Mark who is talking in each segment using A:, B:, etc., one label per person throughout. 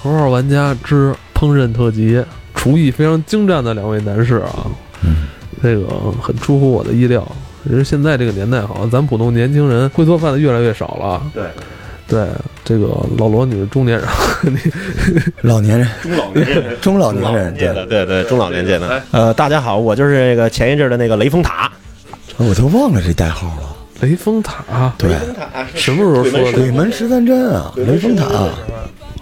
A: 《头号玩家之烹饪特辑》，厨艺非常精湛的两位男士啊，这个很出乎我的意料。其实现在这个年代，好像咱普通年轻人会做饭的越来越少了。
B: 对，
A: 对，这个老罗你是中年人，
C: 老年人、，
B: 中老年人
C: 中老
B: 中
C: 年
B: 老
C: 人，对
B: 年界，的，对对，中老年界
A: 哎
B: 的。呃，大家好，我就是这个前一阵的那个雷峰塔，
C: 我都忘了这代号了。
A: 雷峰塔，
C: 对，
B: 塔
A: 什么时候说
C: 鬼
A: 的？
C: 门十三针啊，雷峰塔，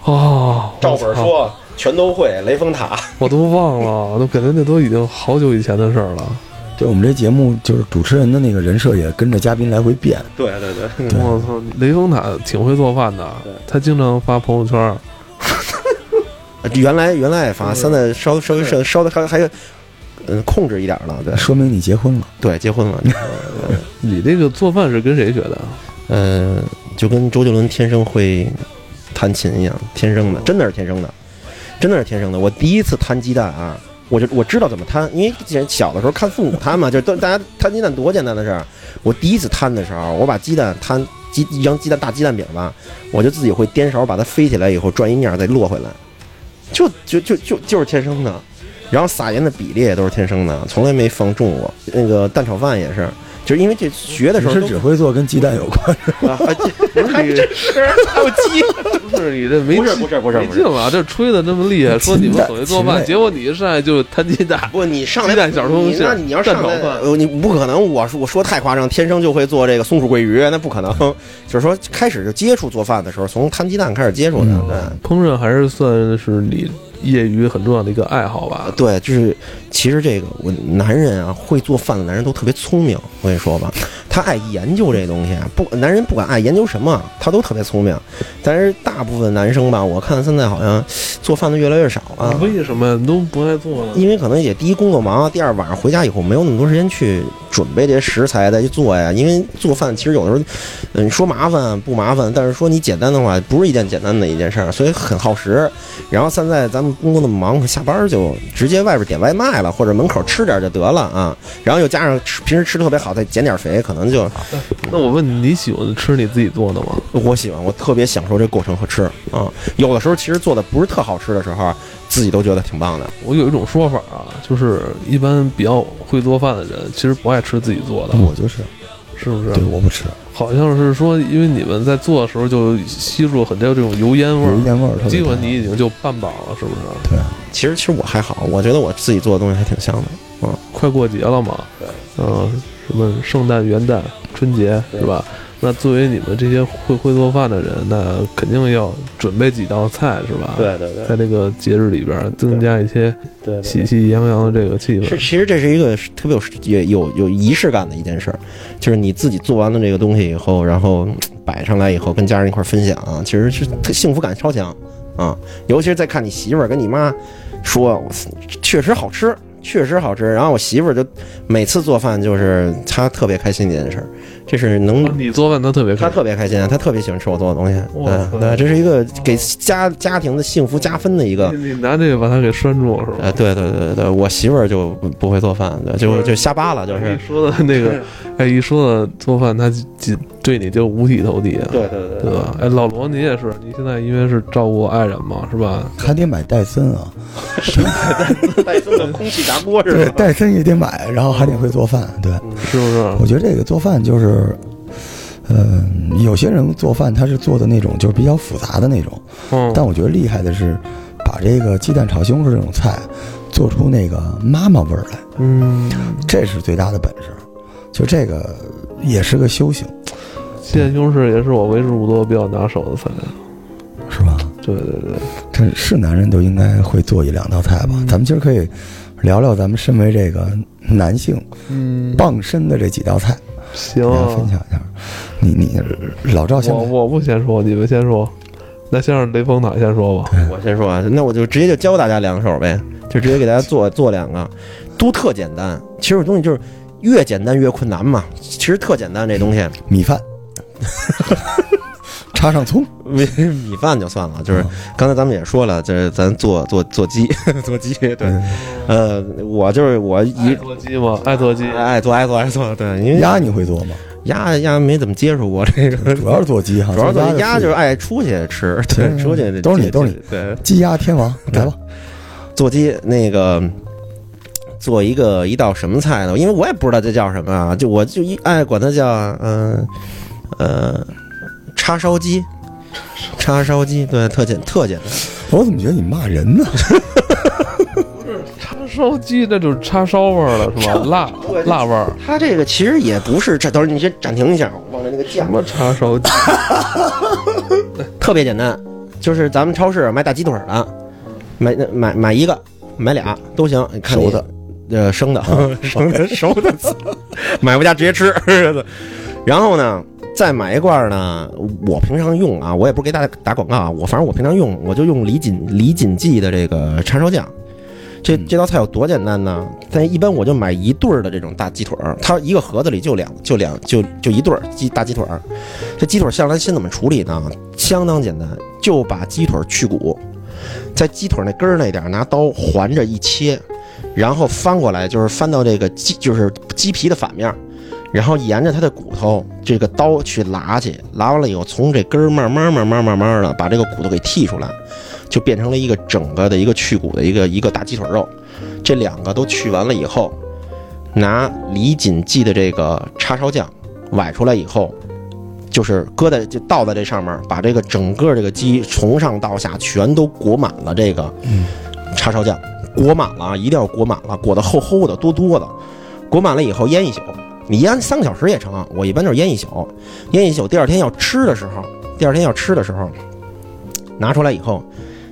A: 哦，
B: 照本说全都会，雷峰塔。
A: 我都忘了，都感觉那都已经好久以前的事儿了。
C: 对我们这节目就是主持人的那个人设也跟着嘉宾来回变。
B: 对对 对，
A: 我操，雷峰塔挺会做饭的，他经常发朋友圈。
B: 呃原来原来也发，现在稍稍微稍稍的还还嗯控制一点了。对
C: 说明你结婚了，
B: 对，结婚了。
A: 你这个做饭是跟谁学的？
B: 呃，就跟周杰伦天生会弹琴一样，天生的，真的是天生的，真的是天生的。我第一次摊鸡蛋啊，我就我知道怎么摊，因为之前小的时候看父母摊嘛，就是都大家摊鸡蛋多简单的事儿。我第一次摊的时候，我把鸡蛋摊鸡一张鸡蛋大鸡蛋饼吧，我就自己会颠勺把它飞起来以后转一面儿再落回来，就就就就就是天生的。然后撒盐的比例也都是天生的，从来没放重过。那个蛋炒饭也是，就是因为这学的时
C: 你
B: 候
C: 是
B: 都
C: 只会做跟鸡蛋有关的。
B: 啊，还真是还有鸡，
A: 不是你这没
B: 不是
A: 劲
B: 不是不是
A: 没
B: 不
A: 劲
B: 是。
A: 了啊，这吹的那么厉害，说你们等于做
C: 禽
A: 饭，
C: 类
A: 结果你一上来就摊鸡蛋，
B: 不，你上来
A: 鸡蛋小东西
B: 你那你要上来
A: 蛋炒饭，
B: 呃你不可能，我说我说太夸张，天生就会做这个松鼠桂鱼，那不可能。就是说，开始就接触做饭的时候，从摊鸡蛋开始接触的，对。
A: 烹饪还是算是你业余很重要的一个爱好吧。
B: 对，就是其实这个我男人啊，会做饭的男人都特别聪明。我跟你说吧，他爱研究这东西，啊不男人不管爱研究什么，他都特别聪明。但是大部分男生吧，我看现在好像做饭的越来越少了。
A: 你为什么啊你都不爱做呢？
B: 因为可能也第一工作忙，第二晚上回家以后没有那么多时间去准备这些食材再去做呀。因为做饭其实有的时候，嗯，你说麻烦不麻烦，但是说你简单的话，不是一件简单的一件事儿，所以很耗时。然后现在咱们工作那么忙，下班就直接外边点外卖了，或者门口吃点就得了啊。然后又加上吃平时吃特别好，再减点肥，可能就
A: 那我问你，你喜欢吃你自己做的吗？
B: 我喜欢，我特别享受这过程和吃啊。有的时候其实做的不是特好吃的时候，啊自己都觉得挺棒的。
A: 我有一种说法啊，就是一般比较会做饭的人，其实不爱吃自己做的，
B: 嗯
C: 我就是，
A: 是不是？
C: 对，我不吃，
A: 好像是说，因为你们在做的时候就吸入很多这种油烟味
C: 有一
A: 儿，
C: 烟味儿特别大。
A: 基本你已经就半饱了，是不是？
C: 对，
B: 其实其实我还好，我觉得我自己做的东西还挺香的。啊
A: 快过节了嘛，嗯，什么圣诞、元旦、春节是吧？那作为你们这些会会做饭的人，那肯定要准备几道菜是吧？，
B: 对对
A: 在这个节日里边增加一些
B: 对
A: 喜气洋洋的这个气
B: 是，
A: 氛。
B: 其实这是一个特别有也有有仪式感的一件事儿，就是你自己做完了这个东西以后，然后嗯摆上来以后跟家人一块儿分享、啊，其实是特幸福感超强啊！尤其是在看你媳妇儿跟你妈说，我操确实好吃，确实好吃。然后我媳妇儿就每次做饭就是她特别开心的一件事儿，这是能
A: 哦啊你做饭他特别
B: 他
A: 开心，
B: 特别开心，啊他特别喜欢吃我做的东西。
A: 哇塞
B: 嗯，那这是一个给家家庭的幸福加分的一个。
A: 你你拿这个把他给拴住是吧？
B: 呃，对对对对，我媳妇儿就不不会做饭，对就就瞎扒拉，就是
A: 哎一。说的那 个，哎，一说的做饭，他就对你就五体投地啊，
B: 对对
A: 对吧？哎，老罗你也是，你现在因为是照顾爱人嘛，是吧？
C: 还得买戴森啊，
B: 对，带这么空气炸锅似
C: 对，
B: 的。
C: 戴森也得买，然后还得会做饭。对，
B: 嗯
A: 是不是？
C: 我觉得这个做饭就是，嗯、有些人做饭他是做的那种就是比较复杂的那种，
A: 嗯，
C: 但我觉得厉害的是，把这个鸡蛋炒西红柿这种菜做出那个妈妈味儿来，
A: 嗯，
C: 这是最大的本事。就这个也是个修行，
A: 西点西红柿也是我为数不多比较拿手的菜。
C: 是吧？
A: 对对对，
C: 这是男人都应该会做一两道菜吧？咱们今儿可以聊聊咱们身为这个男性
A: 嗯，
C: 傍身的这几道菜，
A: 行
C: 给大
A: 啊
C: 家，分享一下。你你老赵现
A: 我
C: 在
A: 我不先说，你们先说。那先让雷峰塔先说吧。
B: 我先说啊，那我就直接就教大家两手呗，就直接给大家做做两个，都特简单。其实这东西就是越简单越困难嘛，其实特简单这东西。
C: 米饭， 插上葱，
B: 米米饭就算了，就是刚才咱们也说了，就是咱做做做鸡， 做鸡，对，呃，我就是我一
A: 爱做鸡吗？爱做鸡。
B: 哎
A: 哎
B: 爱做爱做爱做，对，因为
C: 嗯鸭你会做吗？
B: 鸭鸭没怎么接触过这个，
C: 主要是做鸡哈，
B: 主要
C: 做
B: 是鸭就是是爱出去 吃，对，
C: 嗯
B: 出去
C: 都是你都是你，
B: 对，
C: 鸡鸭天王，来吧，
B: 做鸡那个做一个一道什么菜呢？因为我也不知道这叫什么啊，就我就一爱管它叫嗯呃叉烧鸡，叉烧鸡对，特简特简单，
C: 我怎么觉得你骂人呢？
A: 叉烧鸡那就是叉烧味儿了，是吧？辣
B: 对
A: 辣味儿，
B: 它这个其实也不是这，等会儿你先暂停一下，我忘了那个
A: 什，
B: 酱
A: 么叉烧鸡？
B: 特别简单，就是咱们超市买大鸡腿儿的，买买买一个，买俩都行，你看你
C: 熟的，
B: 呃，生的， 生的熟的， 买回家直接吃。然后呢，再买一罐呢，我平常用啊，我也不是给大家打广告啊，我反正我平常用，我就用李锦李锦记的这个叉烧酱。这
C: 嗯
B: 这道菜有多简单呢？但一般我就买一对儿的这种大鸡腿儿，它一个盒子里就两就两就就一对儿鸡大鸡腿儿。这鸡腿儿像咱先怎么处理呢？相当简单，就把鸡腿儿去骨，在鸡腿儿那根儿那点儿拿刀环着一切，然后翻过来就是翻到这个鸡就是鸡皮的反面儿，然后沿着它的骨头这个刀去拉去，拉完了以后从这根儿慢慢慢慢慢慢的把这个骨头给剔出来，就变成了一个整个的一个去骨的一个一个大鸡腿肉。这两个都去完了以后，拿李锦记的这个叉烧酱崴出来以后，就是搁在就倒在这上面，把这个整个这个鸡从上到下全都裹满了这个叉烧酱，裹满了啊，一定要裹满了，裹得厚厚的、多多的，裹满了以后腌一宿，你腌三个小时也成，我一般就是腌一宿，腌一宿，第二天要吃的时候，第二天要吃的时候，拿出来以后，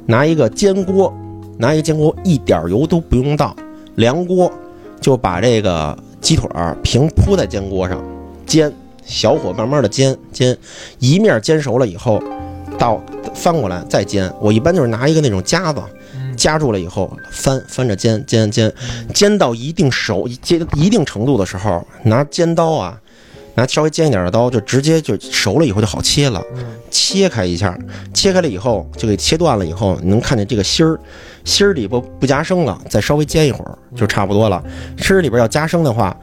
B: 拿一个煎锅，拿一个煎锅，一点儿油都不用倒，凉锅，就把这个鸡腿儿平铺在煎锅上煎，小火慢慢的煎煎，一面煎熟了以后，倒翻过来再煎。我一般就是拿一个那种夹子
A: 嗯
B: 夹住了以后，翻翻着煎煎煎，煎到一定熟煎一定程度的时候，拿尖刀啊。拿稍微尖一点的刀，就直接就熟了以后就好切了，切开一下，切开了以后就给切断了以后，你能看见这个芯儿，芯儿里边不夹生了，再稍微煎一会儿就差不多了。芯儿里边要夹生的话，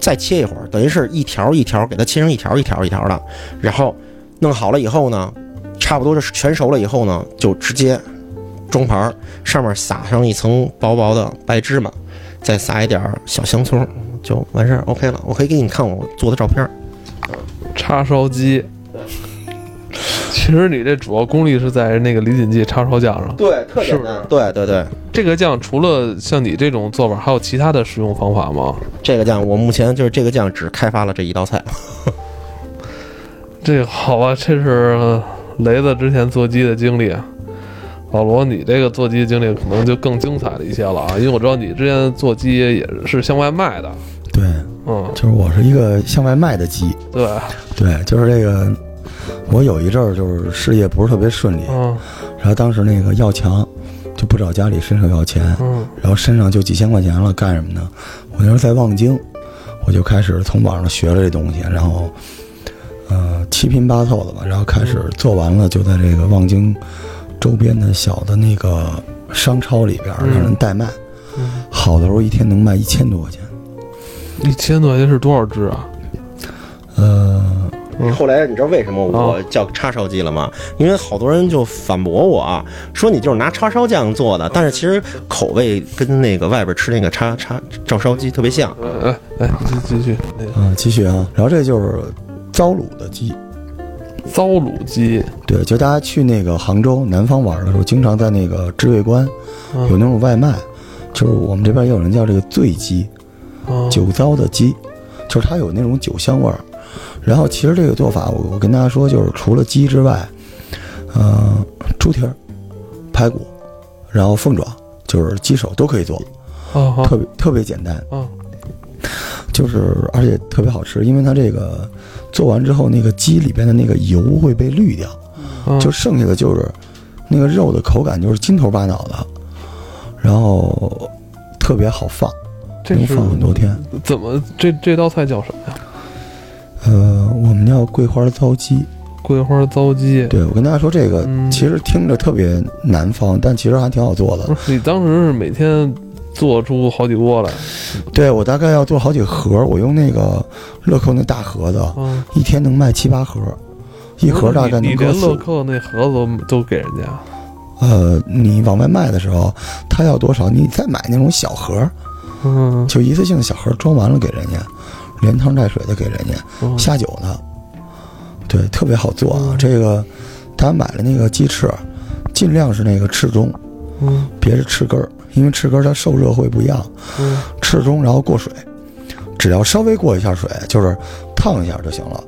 B: 再切一会儿，等于是一条一条给它切成一条一条一条的，然后弄好了以后呢，差不多是全熟了以后呢，就直接装盘儿，上面撒上一层薄薄的白芝麻，再撒一点儿小香葱，就完事儿，OK 了。我可以给你看我做的照片儿。
A: 叉烧鸡。其实你这主要功力是在那个李锦记叉烧酱上。
B: 对，特
A: 简单是不是
B: 对对对，
A: 这个酱除了像你这种做法，还有其他的食用方法吗？
B: 这个酱我目前就是这个酱只开发了这一道菜。
A: 这个好吧，这是雷子之前做鸡的经历。老罗，你这个做鸡的经历可能就更精彩了一些了啊，因为我知道你之前做鸡也是向外卖的。
C: 对，
A: 嗯，
C: 就是我是一个向外卖的鸡，
A: 对，
C: 对，就是这个，我有一阵儿就是事业不是特别顺利，
A: 嗯
C: 然后当时那个要强就不找家里伸手要钱，
A: 嗯
C: 然后身上就几千块钱了，干什么呢？我那时候在望京，我就开始从网上学了这东西，然后，呃，七拼八凑的吧，然后开始做完了，就在这个望京周边的小的那个商超里边儿
A: 嗯
C: 让人代卖，
A: 嗯，
C: 好的时候一天能卖一千多块钱，
A: 一千多块钱是多少只啊？
C: 呃，
A: 嗯
B: 后来你知道为什么我叫叉烧鸡了吗？因为好多人就反驳我啊，说你就是拿叉烧酱做的，但是其实口味跟那个外边吃那个叉叉照烧鸡特别像。
A: 哎哎，继继续那个
C: 啊、继续啊，然后这就是糟卤的鸡。
A: 糟卤鸡，
C: 对，就大家去那个杭州南方玩的时候，经常在那个知味观
A: 嗯
C: 有那种外卖，就是我们这边也有人叫这个醉鸡，
A: 嗯
C: 酒糟的鸡，就是它有那种酒香味儿。然后其实这个做法，我我跟大家说，就是除了鸡之外，呃，猪蹄儿、排骨，然后凤爪，就是鸡手都可以做，
A: 啊啊
C: 特别特别简单，
A: 啊
C: 就是而且特别好吃，因为它这个做完之后，那个鸡里边的那个油会被滤掉。
A: 啊！
C: 就剩下的就是那个肉的口感就是筋头巴脑的，然后特别好放，
A: 这
C: 能
A: 是
C: 放很多天。
A: 怎么这这道菜叫什么呀？
C: 呃，我们叫桂花糟鸡。
A: 桂花糟鸡。
C: 对我跟大家说，这个
A: 嗯嗯
C: 其实听着特别南方，但其实还挺好做的。
A: 不是你当时是每天做出好几锅来。
C: 对我大概要做好几盒，我用那个乐扣那大盒子，
A: 嗯，
C: 一天能卖七八盒，一盒大概
A: 哦你
C: 能
A: 你
C: 搁
A: 连
C: 四
A: 乐
C: 五。
A: 扣那盒子都给人家，
C: 呃，你往外卖的时候，他要多少，你再买那种小盒，
A: 嗯，
C: 就一次性的小盒装完了给人家，连汤带水的给人家。
A: 嗯
C: 下酒的，对，特别好做啊。
A: 嗯
C: 这个大家买了那个鸡翅，尽量是那个翅中，
A: 嗯
C: 别是翅根儿，因为翅根儿它受热会不一样。
A: 嗯
C: 翅中然后过水，只要稍微过一下水，就是烫一下就行了，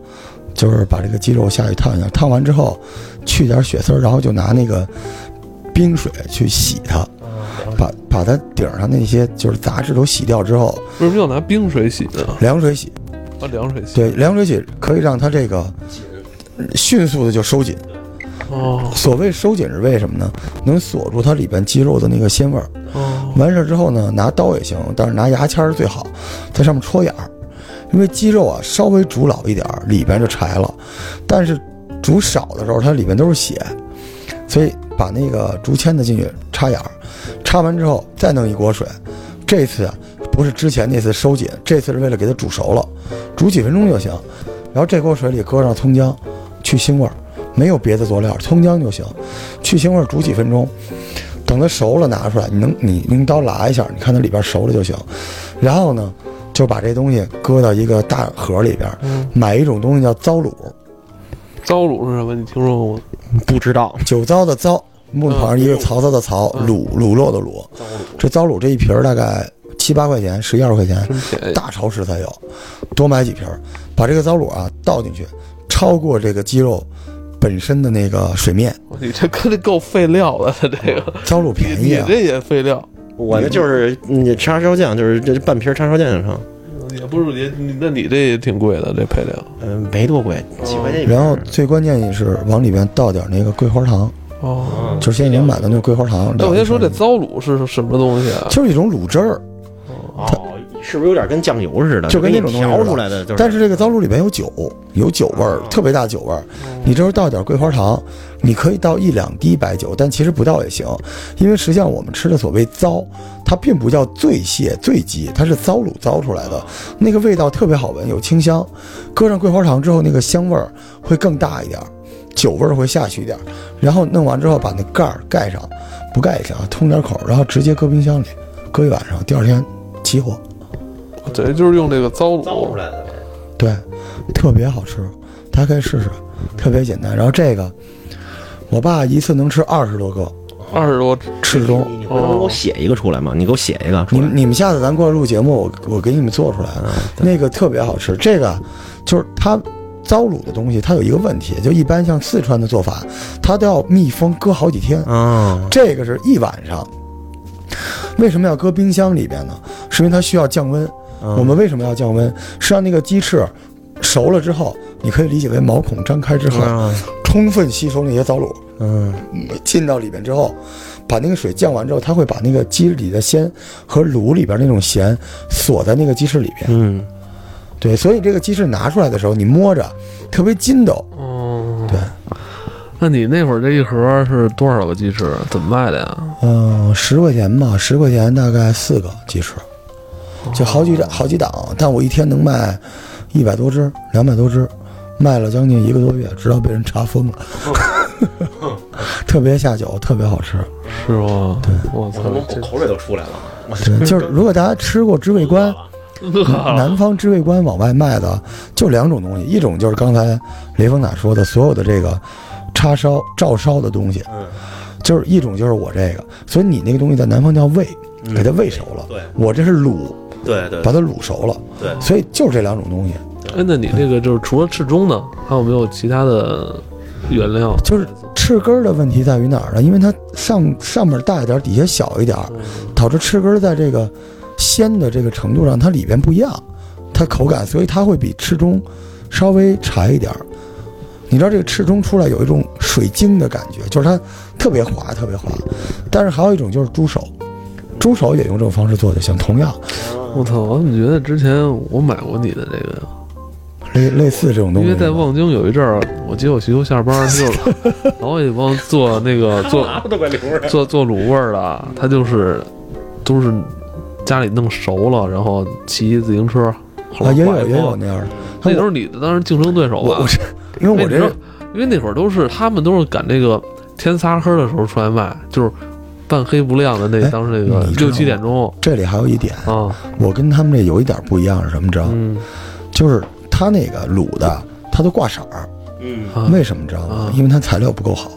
C: 就是把这个鸡肉下去烫一下，烫完之后去点血丝儿，然后就拿那个冰水去洗它，把把它顶上那些就是杂质都洗掉之后，
A: 为什么要拿冰水洗呢？
C: 凉水洗，
A: 啊，凉水洗。
C: 对，凉水洗可以让它这个迅速的就收紧。
A: 哦
C: 所谓收紧是为什么呢？能锁住它里边鸡肉的那个鲜味儿。
A: 哦，
C: 完事儿之后呢，拿刀也行，但是拿牙签儿最好，在上面戳眼儿，因为鸡肉啊稍微煮老一点儿，里边就柴了，但是煮少的时候它里边都是血，所以把那个竹签子进去插眼儿，插完之后再弄一锅水，这次啊不是之前那次收紧，这次是为了给它煮熟了，煮几分钟就行，然后这锅水里搁上葱姜，去腥味儿。没有别的佐料，葱姜就行，去腥味儿煮几分钟，等它熟了拿出来，你能你用刀拉一下，你看它里边熟了就行。然后呢，就把这东西搁到一个大盒里边，
A: 嗯，
C: 买一种东西叫糟卤，
A: 糟卤是什么？你听说过吗？
B: 不知道
C: 酒糟的糟，木字旁一个曹操的曹，
A: 嗯
C: 卤卤肉的卤。这糟卤这一瓶儿大概七八块钱，十一二块钱，
A: 真便宜。
C: 大超市才有，多买几瓶儿，把这个糟卤啊倒进去，超过这个鸡肉本身的那个水面，
A: 你这跟这够废料的，这个
C: 糟卤
A: 你
C: 便宜
A: 你
C: 啊。
A: 这也废料，
B: 我那就是你嗯叉烧酱，就是这半瓶叉烧酱就成，
A: 也不是也你那你这也挺贵的，这配料。
B: 嗯，没多贵，几块钱一瓶。
C: 哦然后最关键也是往里边倒点那个桂花糖，
A: 哦，
B: 嗯
C: 就是现在你买的那个桂花糖。
A: 那我先说这
C: 两
A: 糟卤是什么东西啊？
C: 就是一种卤汁儿，
B: 哦，是不是有点跟酱油似的？
C: 就跟那
B: 那
C: 种东西
B: 调出来的，就是
C: 但是这个糟卤里边有酒，有酒味儿
B: 哦，
C: 特别大酒味儿。你这时候倒点桂花糖，你可以倒一两滴白酒，但其实不倒也行，因为实际上我们吃的所谓糟，它并不叫醉蟹、醉鸡，它是糟卤糟出来的，
B: 哦
C: 那个味道特别好闻，有清香。搁上桂花糖之后，那个香味儿会更大一点儿，酒味儿会下去一点儿。然后弄完之后，把那盖儿盖上，不盖也行啊，通点口儿，然后直接搁冰箱里，搁一晚上，第二天起火。
A: 这就是用这个糟卤，
B: 来的。
C: 对，特别好吃，大家可以试试，特别简单。然后这个，我爸一次能吃二十多个
A: 二十多
C: 翅中。
B: 你回头给我写一个出来嘛？你给我写一个出
C: 你
B: 来
C: 们。你们下次咱过来录节目，我我给你们做出来，
B: 嗯
C: 那个特别好吃。这个就是它糟卤的东西，它有一个问题，就一般像四川的做法，它都要密封搁好几天，
B: 啊，
C: 这个是一晚上。为什么要搁冰箱里边呢？是因为它需要降温。
B: 嗯
C: 我们为什么要降温？是让那个鸡翅熟了之后，你可以理解为毛孔张开之后，
B: 嗯
C: 充分吸收那些糟卤，
B: 嗯
C: 进到里面之后，把那个水降完之后，它会把那个鸡里的鲜和卤里边那种咸锁在那个鸡翅里边。
B: 嗯，
C: 对，所以这个鸡翅拿出来的时候，你摸着特别筋斗。
A: 哦，
C: 对。
A: 那你那会儿这一盒是多少个鸡翅？怎么卖的呀？
C: 嗯、十块钱吧，十块钱大概四个鸡翅，就好几好几档，但我一天能卖一百多只，两百多只，卖了将近一个多月，直到被人查封了。 特别下酒，特别好吃。
A: 是吗？对，我操，
B: 口水都出来了。
C: 对，就是如果大家吃过知味观，
A: 饿了。
C: 南方知味观往外卖的就两种东西，一种就是刚才雷锋塔说的所有的这个叉烧、照烧的东西，
B: 嗯，
C: 就是一种就是我这个，所以你那个东西在南方叫煨，给它煨熟了。
B: 嗯对
C: 我这是卤，
B: 对对
C: 把它卤熟了，
B: 对
C: 所以就是这两种东西，
A: 哎，那你这个就是除了翅中呢，还有没有其他的原料？
C: 就是翅根儿的问题在于哪儿呢？因为它上上面大一点儿，底下小一点儿，导致翅根儿在这个鲜的这个程度上，它里边不一样，它口感，所以它会比翅中稍微柴一点儿。你知道这个翅中出来有一种水晶的感觉，就是它特别滑，特别滑。但是还有一种就是猪手，猪手也用这种方式做就行，同样
A: 我操！我怎么觉得之前我买过你的这个呀？
C: 类类似这种东
A: 因
C: 西。
A: 为在望京有一阵儿，我接我媳妇下班儿，她就 老给帮 做那个做
B: 都快流出来了。
A: 做做卤味儿的，她就是都是家里弄熟了，然后骑自行车，后
C: 啊，
A: 边
C: 也
A: 挂
C: 有
A: 一
C: 也有
A: 筐，
C: 那样的。
A: 那都是你的当时竞争对手
C: 我
A: 吧
C: 我？是因为
A: 那你
C: 我这
A: 知道因为那会儿都是他们都是赶这个天撒黑的时候出来卖，就是半黑不亮的那
C: 哎
A: 当时那个
C: 你知道
A: 六
C: 吗
A: 七点钟
C: 这里还有一点，
A: 啊，
C: 我跟他们这有一点不一样是什么？知道吗？
A: 嗯
C: 就是他那个卤的，它都挂色儿，
B: 嗯
A: 啊
C: 为什么知道吗
A: 啊？
C: 因为它材料不够好。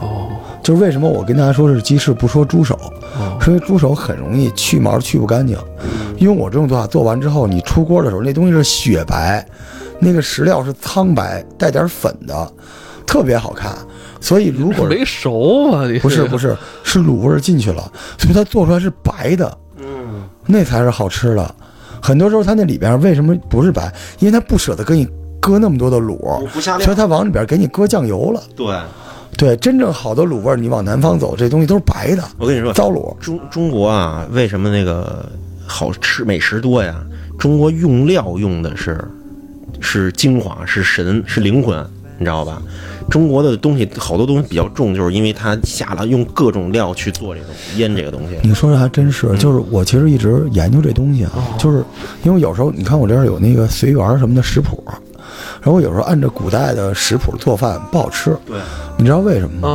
A: 哦
C: 就是为什么我跟大家说是鸡翅不说猪手，
A: 哦
C: 是因为猪手很容易去毛去不干净。因为我这种做法做完之后，你出锅的时候那东西是雪白，那个食料是苍白带点粉的，特别好看。所以如果
A: 没熟啊，你
C: 不 是不
A: 是
C: 是是卤味儿进去了，所以它做出来是白的，
B: 嗯，
C: 那才是好吃的。很多时候它那里边为什么不是白？因为它不舍得给你搁那么多的卤，
B: 不下
C: 所以它往里边给你搁酱油了。
B: 对，
C: 对，真正好的卤味儿，你往南方走，这东西都是白的，
B: 我跟你说，
C: 糟卤。
B: 中中国啊，为什么那个好吃美食多呀？中国用料用的是是精华，是神，是灵魂，你知道吧？中国的东西好多东西比较重，就是因为它下了用各种料去做这种腌这个东西。
C: 你说这还真是，就是我其实一直研究这东西啊，就是因为有时候你看我这儿有那个随缘儿什么的食谱，然后有时候按照古代的食谱做饭不好吃，
B: 对，
C: 你知道为什么吗？
A: 啊，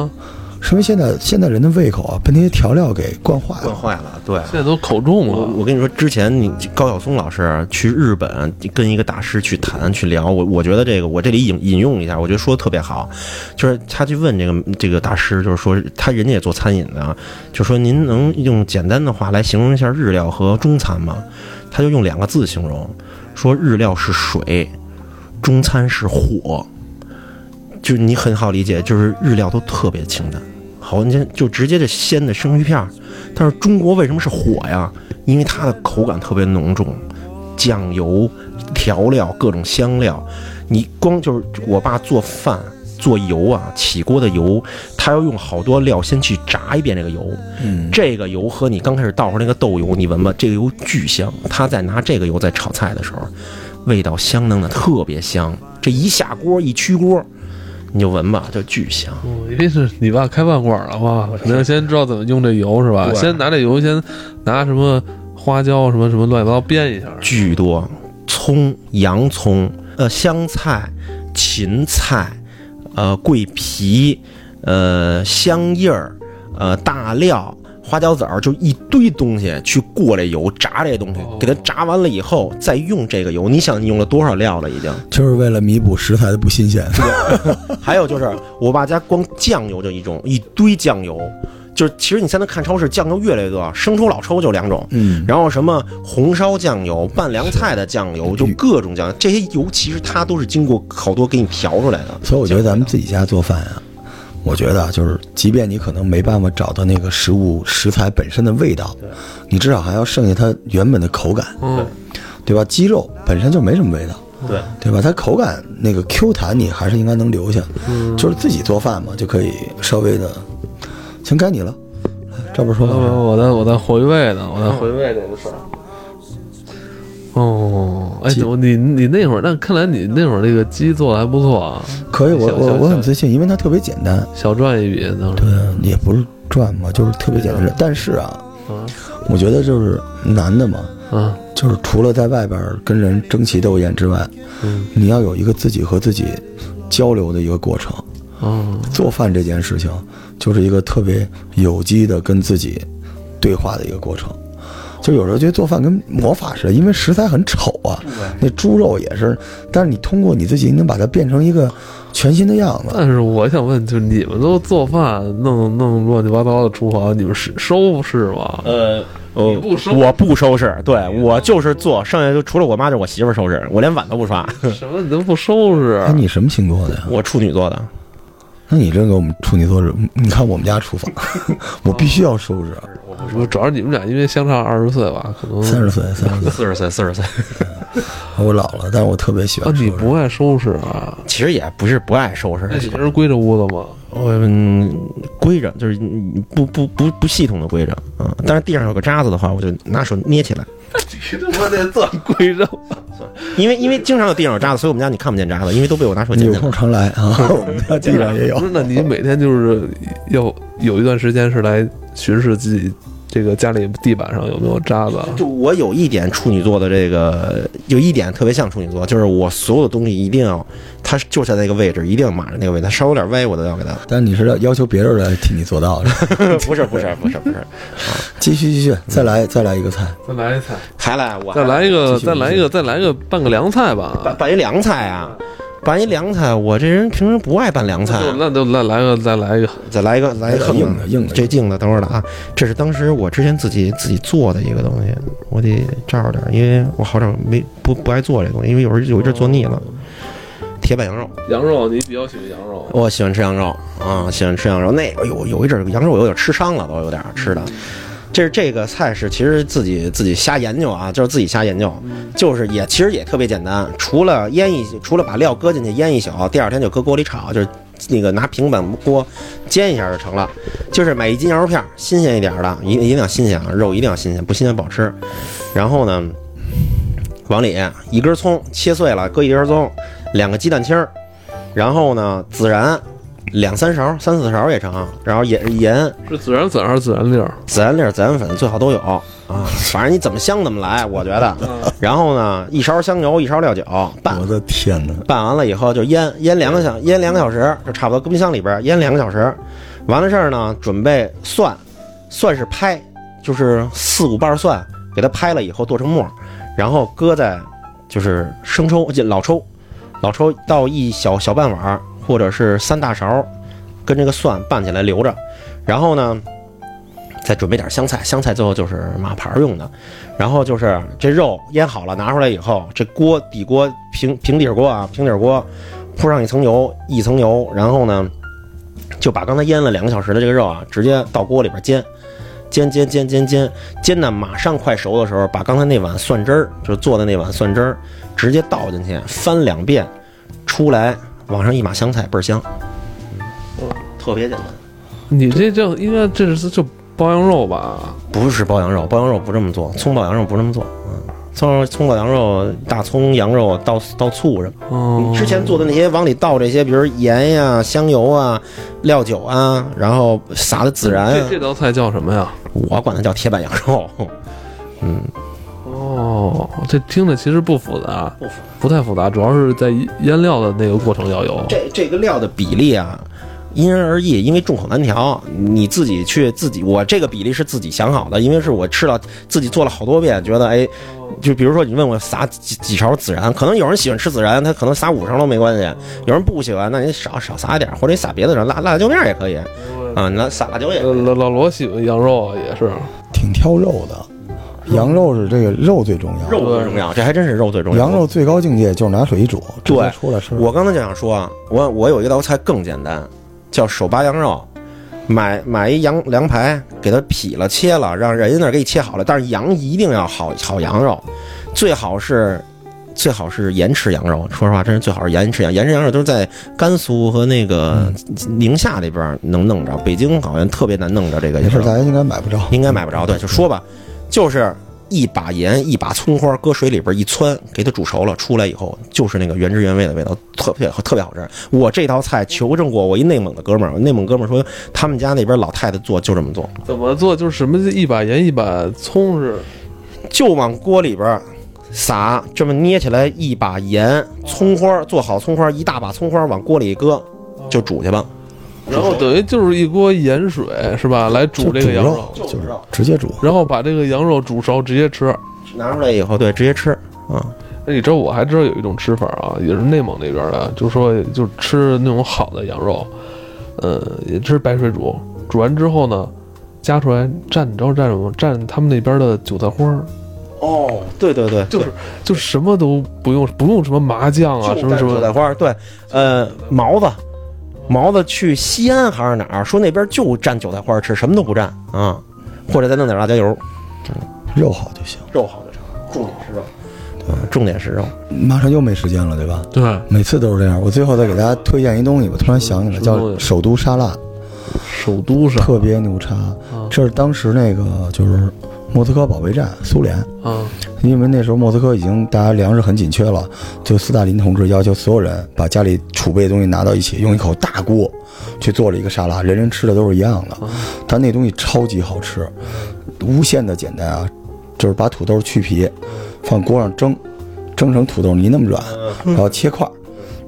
C: 是因为现在现在人的胃口啊被那些调料给惯坏
B: 惯
C: 了。
B: 坏了，对。
A: 现在都口重
B: 我
A: 了，
B: 我跟你说，之前你高晓松老师去日本跟一个大师去谈去聊，我我觉得这个我这里引引用一下，我觉得说的特别好，就是他去问这个这个大师，就是说他人家也做餐饮的，就说您能用简单的话来形容一下日料和中餐吗？他就用两个字形容，说日料是水，中餐是火，就是你很好理解，就是日料都特别清淡。好，你先就直接这鲜的生鱼片儿，但是中国为什么是火呀？因为它的口感特别浓重，酱油、调料、各种香料，你光就是我爸做饭做油啊，起锅的油，他要用好多料先去炸一遍这个油，
C: 嗯，
B: 这个油和你刚开始倒出那个豆油，你闻闻，这个油巨香。他在拿这个油在炒菜的时候，味道香浓的特别香，这一下锅一出锅，你就闻吧，就巨香。
A: 嗯因为是你爸开饭馆了嘛，肯定先知道怎么用这油是吧？
B: 对
A: 先拿这油，先拿什么花椒什么什么乱七八糟煸一下，
B: 巨多，葱、洋葱、呃香菜、芹菜、呃桂皮、呃香叶儿、呃大料。花椒籽儿就一堆东西去过这油炸这东西
A: 哦，
B: 给它炸完了以后再用这个油，你想你用了多少料了已经？
C: 就是为了弥补食材的不新鲜。
B: 还有就是我爸家光酱油就一种，一堆酱油，就是其实你现在看超市酱油越来越多，生抽老抽就两种，
C: 嗯，
B: 然后什么红烧酱油、拌凉菜的酱油，就各种酱油，这些油其实它都是经过好多给你调出来的。
C: 所以我觉得咱们自己家做饭啊，我觉得啊，就是即便你可能没办法找到那个食物食材本身的味道，你至少还要剩下它原本的口感，
A: 嗯，
C: 对吧？鸡肉本身就没什么味道。
B: 对，
C: 对吧？它口感那个 Q 弹，你还是应该能留下。就是自己做饭嘛，就可以稍微的。行，该你了，这边说
A: 我
C: 吧。
A: 我在我在回味呢，我在回味这个事儿。哦，哎，我你你那会儿，那看来你那会儿那个鸡做的还不错啊，
C: 可以，我
A: 小
C: 我
A: 小
C: 我很
A: 小
C: 自信，因为它特别简单。
A: 小赚一笔当时。
C: 嗯，也不是赚嘛，就是特别简单。但是啊，
A: 嗯
C: 我觉得就是男的嘛，
A: 嗯
C: 就是除了在外边跟人争奇斗艳之外，
A: 嗯
C: 你要有一个自己和自己交流的一个过程。
A: 哦
C: 做饭这件事情，就是一个特别有机的跟自己对话的一个过程。就有时候觉得做饭跟魔法似的，因为食材很丑啊，那猪肉也是，但是你通过你自己能把它变成一个全新的样子。
A: 但是我想问，就是你们都做饭弄弄乱七八糟的厨房，你们是收拾吗？
B: 呃，我
A: 不收
B: 我不收拾，对我就是做，剩下就除了我妈就是我媳妇儿收拾，我连碗都不 刷。
A: 什么你都不收拾啊
C: 哎，？你什么星座的呀？
B: 我处女座的，
C: 那你真给我们处女座人，你看我们家厨房， 我必须要收拾。啊
A: 我主要是你们俩因为相差嗯二十岁吧，可能
B: 哦
C: 三十岁，三十岁，
B: 四十岁，四十岁，
C: 我老了，但是我特别喜
A: 啊，
B: 哦
C: 欢收
A: 你
C: 拾。
A: 不爱收拾啊？
B: 其实也不是不爱收拾
A: 那，你平时归着屋子吗？
B: 嗯，规着就是嗯不不不不系统的规着啊。但是地上有个渣子的话，我就拿手捏起来，
A: 你他妈那算归着？
B: 因为因为经常有地上有渣子，所以我们家你看不见渣子，因为都被我拿手
C: 你
B: 捡
C: 有
B: 起来
C: 空。常来 啊，我们家
A: 啊
C: 地上也有
A: 不。是，那你每天就是要有一段时间是来巡视自己这个家里地板上有没有渣子啊？
B: 就我有一点处女座的这个，有一点特别像处女座，就是我所有的东西一定要，它就在那个位置，一定要码着那个位置，它稍微有点歪我都要给它。
C: 但你是要要求别人来替你做到的。
B: 不是不是不是不是，
C: 继续继续，再
B: 嗯
C: 来再来一个菜，
A: 再来一菜，
B: 还来我
A: 再来一个，
C: 继续
A: 再来一个，再来一个拌个凉菜
B: 拌
A: 吧。
B: 拌一凉菜啊，拌一凉菜，我这人平时不爱拌凉菜，啊
A: 就那就来来个，再来一个。
B: 再来一个来一个横
C: 哎硬的硬的
B: 哎这硬的，等会儿了啊，这是当时我之前自己自己做的一个东西，我得照着点儿，因为我好久没不不爱做这东西，因为有时候有一阵做腻
A: 哦
B: 了。铁板羊肉，
A: 羊肉，你比较喜欢羊肉？
B: 我喜欢吃羊肉啊，喜欢吃羊肉。那哎呦，有一阵儿羊肉我有点吃伤了，都有点儿吃的。这是这个菜是其实自己自己瞎研究啊，就是自己瞎研究，就是也其实也特别简单，除了腌一除了把料搁进去腌一宿，第二天就搁锅里炒，就是那个拿平板锅煎一下就成了。就是买一斤羊肉片儿，新鲜一点儿的，一一定要新鲜啊，肉一定要新鲜，不新鲜不好吃。然后呢，往里一根葱切碎了，搁一根葱，两个鸡蛋清儿，然后呢孜然两三勺、三四勺也成，然后盐盐
A: 是孜然粉还是孜然粒儿？
B: 孜然粒儿、孜然粉最好都有啊，反正你怎么香怎么来，我觉得。然后呢，一勺香油，一勺料酒拌
C: 我的天哪！
B: 拌完了以后就腌腌两个小腌两个小时，就差不多搁冰箱里边儿腌两个小时。完了事儿呢，准备蒜，蒜是拍，就是四五瓣蒜，给它拍了以后剁成末儿，然后搁在就是生抽，就老抽，老抽倒一小小半碗儿或者是三大勺儿，跟这个蒜拌起来留着。然后呢，再准备点香菜，香菜最后就是码盘儿用的。然后就是这肉腌好了，拿出来以后，这锅底锅平平底锅啊，平底锅铺上一层油，一层油，然后呢，就把刚才腌了两个小时的这个肉啊，直接到锅里边煎。煎煎煎煎煎煎呢，马上快熟的时候，把刚才那碗蒜汁儿，就是做的那碗蒜汁儿，直接倒进去，翻两遍，出来往上一码香菜，倍儿香，嗯特别简单。
A: 你这叫应该这是就包羊肉吧？
B: 不是包羊肉，包羊肉不这么做，葱爆羊肉不这么做。嗯，葱肉葱爆羊肉，大葱、羊肉倒倒醋什么。
A: 哦，
B: 之前做的那些往里倒这些，比如盐呀、香油啊、料酒啊，然后撒的孜然
A: 这
B: 啊
A: 这，道菜叫什么呀？
B: 我管它叫铁板羊肉。嗯，
A: 哦，这听着其实不复杂，
B: 不复
A: 不太复杂，主要是在腌料的那个过程要有。
B: 这这个料的比例啊，因人而异，因为众口难调。你自己去自己，我这个比例是自己想好的，因为是我吃了自己做了好多遍，觉得哎，就比如说你问我撒几几勺孜然，可能有人喜欢吃孜然，他可能撒五勺都没关系；有人不喜欢，那你少少撒一点，或者你撒别的什么辣辣椒面儿也可以啊，你那撒辣椒也可
A: 呃
B: 以。
A: 老老罗喜欢羊肉啊也是，
C: 挺挑肉的，羊肉是这个肉最重要，
B: 嗯肉最重要，这还真是肉最重要。
C: 羊肉最高境界就是拿水一煮，直接
B: 对
C: 出来吃。
B: 我刚才就想说啊，我我有一道菜更简单，叫手扒羊肉，买买一羊羊排，给它劈了切了，让人家那儿给你切好了。但是羊一定要好好羊肉，最好是最好是盐池羊肉。说实话，真是最好是盐池羊。盐池羊肉都是在甘肃和那个宁夏那边能弄着，北京好像特别难弄着这个
C: 没
B: 羊
C: 事，
B: 肉，
C: 咱应该买不着，
B: 应该买不着。对，就说吧，就是。一把盐，一把葱花，搁水里边一汆，给它煮熟了，出来以后就是那个原汁原味的味道，特别特别好吃。我这道菜求证过，我一内蒙的哥们儿，我内蒙哥们儿说他们家那边老太太做就这么做，
A: 怎么做就是什么一把盐一把葱是
B: 就往锅里边撒，这么捏起来一把盐、葱花，做好葱花一大把葱花往锅里一搁，就煮去吧。
A: 然后等于就是一锅盐水是吧？来
C: 就
A: 煮这个羊
C: 肉
A: 肉，，
C: 就是直接煮。
A: 然后把这个羊肉煮熟直接吃。
B: 拿出来以后，对，直接吃啊。
A: 哎，你知道我还知道有一种吃法啊，也是内蒙那边的，就说就吃那种好的羊肉，呃，也吃白水煮，煮完之后呢，夹出来蘸，你知道蘸什么吗？蘸他们那边的韭菜花儿，
B: 哦，对对对，
A: 就是就什么都不用，不用什么麻酱啊，什么什
B: 韭菜
A: 么，
B: 花，对，呃，毛子，毛子去西安还是哪儿，说那边就蘸韭菜花吃，什么都不蘸啊，或者再弄点辣椒油，
C: 肉好就行。
B: 肉好就成，重点是肉，嗯重点是肉，
C: 马上又没时间了，对吧？
A: 对，
C: 每次都是这样。我最后再给大家推荐一东西吧，突然想起来，
A: 什么东西
C: 叫首都沙拉，
A: 首都上
C: 特别牛叉。
A: 啊
C: 这是当时那个就是莫斯科保卫战，苏联，
A: 啊，
C: 因为那时候莫斯科已经大家粮食很紧缺了，就斯大林同志要求所有人把家里储备的东西拿到一起，用一口大锅去做了一个沙拉，人人吃的都是一样的
A: 啊，
C: 但那东西超级好吃。无限的简单啊，就是把土豆去皮，放锅上蒸，蒸成土豆泥那么软，然后切块儿。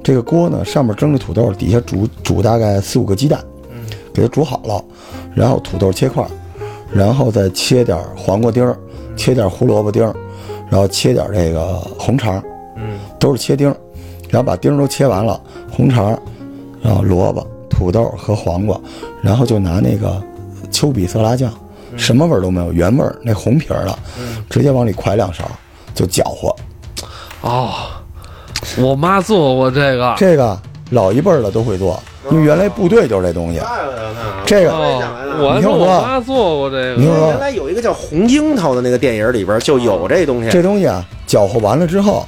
C: 这个锅呢，上面蒸着土豆，底下煮煮大概四五个鸡蛋，给它煮好了，然后土豆切块儿，然后再切点儿黄瓜丁儿，切点儿胡萝卜丁儿，然后切点儿这个红肠，嗯，都是切丁儿，然后把丁儿都切完了，红肠儿，然后萝卜、土豆和黄瓜，然后就拿那个丘比色拉酱，什么味儿都没有，原味儿那红皮儿的，直接往里㧟两勺儿就搅和，
A: 哦，我妈做过这个，哦
C: 这个老一辈儿的都会做，因为原来部队就是这东西。啊
B: 嗯
C: 这个
A: 哦，我还
C: 你
A: 说
C: 听我
A: 我
C: 说
A: 妈做过这
C: 你
A: 个
C: 听，
B: 原来有一个叫《红樱桃》的那个电影里边就有这东西，
C: 这东西啊，搅和完了之后，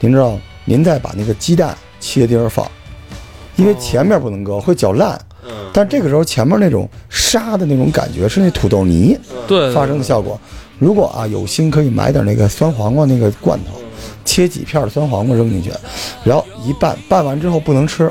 C: 您知道，您再把那个鸡蛋切丁儿放，因为前面不能搁，会搅烂。但这个时候前面那种沙的那种感觉是那土豆泥
A: 对，
C: 发生的效果。如果啊有心可以买点那个酸黄瓜那个罐头，切几片酸黄瓜扔进去，然后一拌，拌完之后不能吃，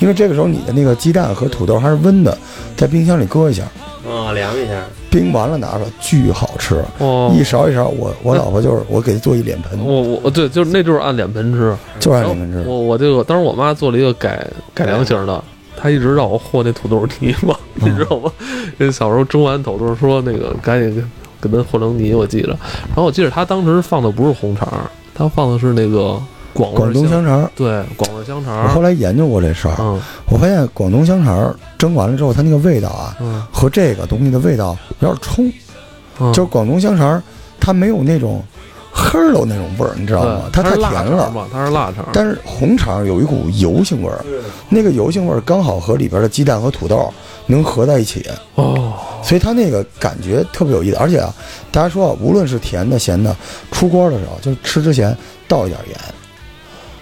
C: 因为这个时候你的那个鸡蛋和土豆还是温的，在冰箱里搁一下，
B: 啊，凉一下。
C: 冰完了拿出来巨好吃，
A: 哦，
C: 一勺一勺。我我老婆就是我给她做一脸盆，
A: 我我对，就是那就是按脸盆吃，
C: 就让你们吃。
A: 我我这个当时我妈做了一个改改良型的，她一直让我和那土豆泥嘛，
C: 嗯
A: 你知道吗？ 因为小时候蒸完土豆说那个赶紧给给它和成泥，我记着。然后我记得她当时放的不是红肠儿，她放的是那个广味儿
C: 广东香肠，
A: 对广味香肠
C: 我后
A: 儿。
C: 来研究过这事儿，
A: 嗯
C: 我发现广东香肠蒸完了之后，它那个味道啊，
A: 嗯
C: 和这个东西的味道有点冲，
A: 嗯，
C: 就是广东香肠它没有那种黑儿的那种味儿，你知道吗
A: 对？
C: 它
A: 嗯
C: 太
A: 是
C: 甜
A: 辣肠儿
C: 了。
A: 嘛，它是辣肠儿。
C: 但是红肠有一股油性味儿，那个油性味儿刚好和里边的鸡蛋和土豆能合在一起，
A: 哦，
C: 所以它那个感觉特别有意思。而且啊，大家说啊，无论是甜的、咸的，出锅的时候就是吃之前倒一点盐，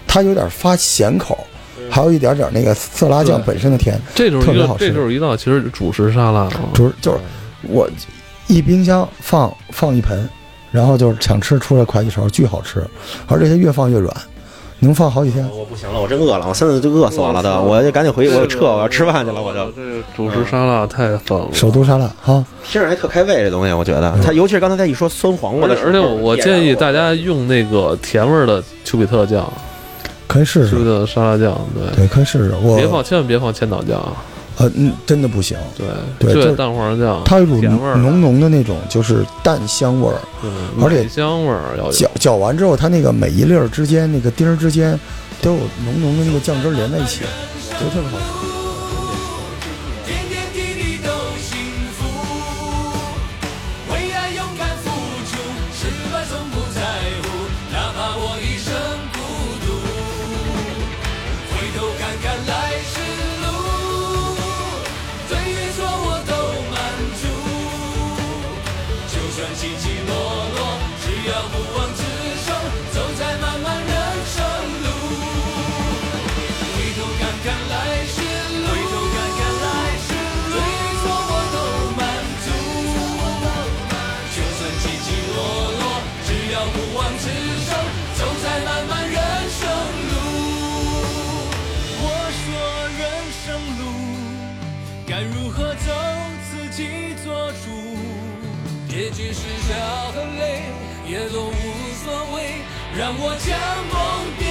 C: 它有点发咸口，还有一点点那个色拉酱
A: 对
C: 本身的甜，
A: 这就是
C: 特
A: 一
C: 别
A: 个
C: 好吃
A: 这就是一道其实主食沙拉啊。
C: 就是就是我一冰箱放放一盆，然后就是想吃出来㧟一勺，巨好吃，而且它越放越软，能放好几
A: 哦
C: 天。
B: 我不行了，我真饿了，我现在就饿死我了都，我就赶紧回，我就撤，我要吃饭去了，我就。
A: 这个主食沙拉太狠了。
C: 首都沙拉哈，
B: 听着还特开胃，这东西我觉得，它尤其是刚才他一说酸黄瓜
A: 而
B: 的
A: 且
B: 时候，
A: 而且我我建议大家用那个甜味儿的丘比特酱，
C: 可以试
A: 丘比
C: 试，
A: 特沙拉酱，对，
C: 嗯对，可以试试。我
A: 别放千万别放千岛酱，啊
C: 呃，嗯，真的不行，
A: 对，
C: 对
A: 就
C: 这
A: 得蛋黄酱，
C: 它有一股
A: 甜味儿的啊
C: 浓浓的那种就是蛋香味儿。
A: 嗯
C: 而且
A: 米香味儿要有
C: 搅，搅完之后，它那个每一粒儿之间，那个丁儿之间，都有浓浓的那个酱汁儿连在一起，就特别好吃。
D: 点点滴滴都幸福，为爱勇敢付出，失败从不在乎，哪怕我一生孤独。回头看看来时路，对与错我都满足。就算起起落落，只要不忘自首，走在漫漫人生路。回头看看来时路，回头看看来时路，对与错我都满足。就算起起落落，只要不忘自首，走在漫漫人生路。我说人生路该如何走，自己做主。结局是笑和泪也都无所谓，让我将梦补。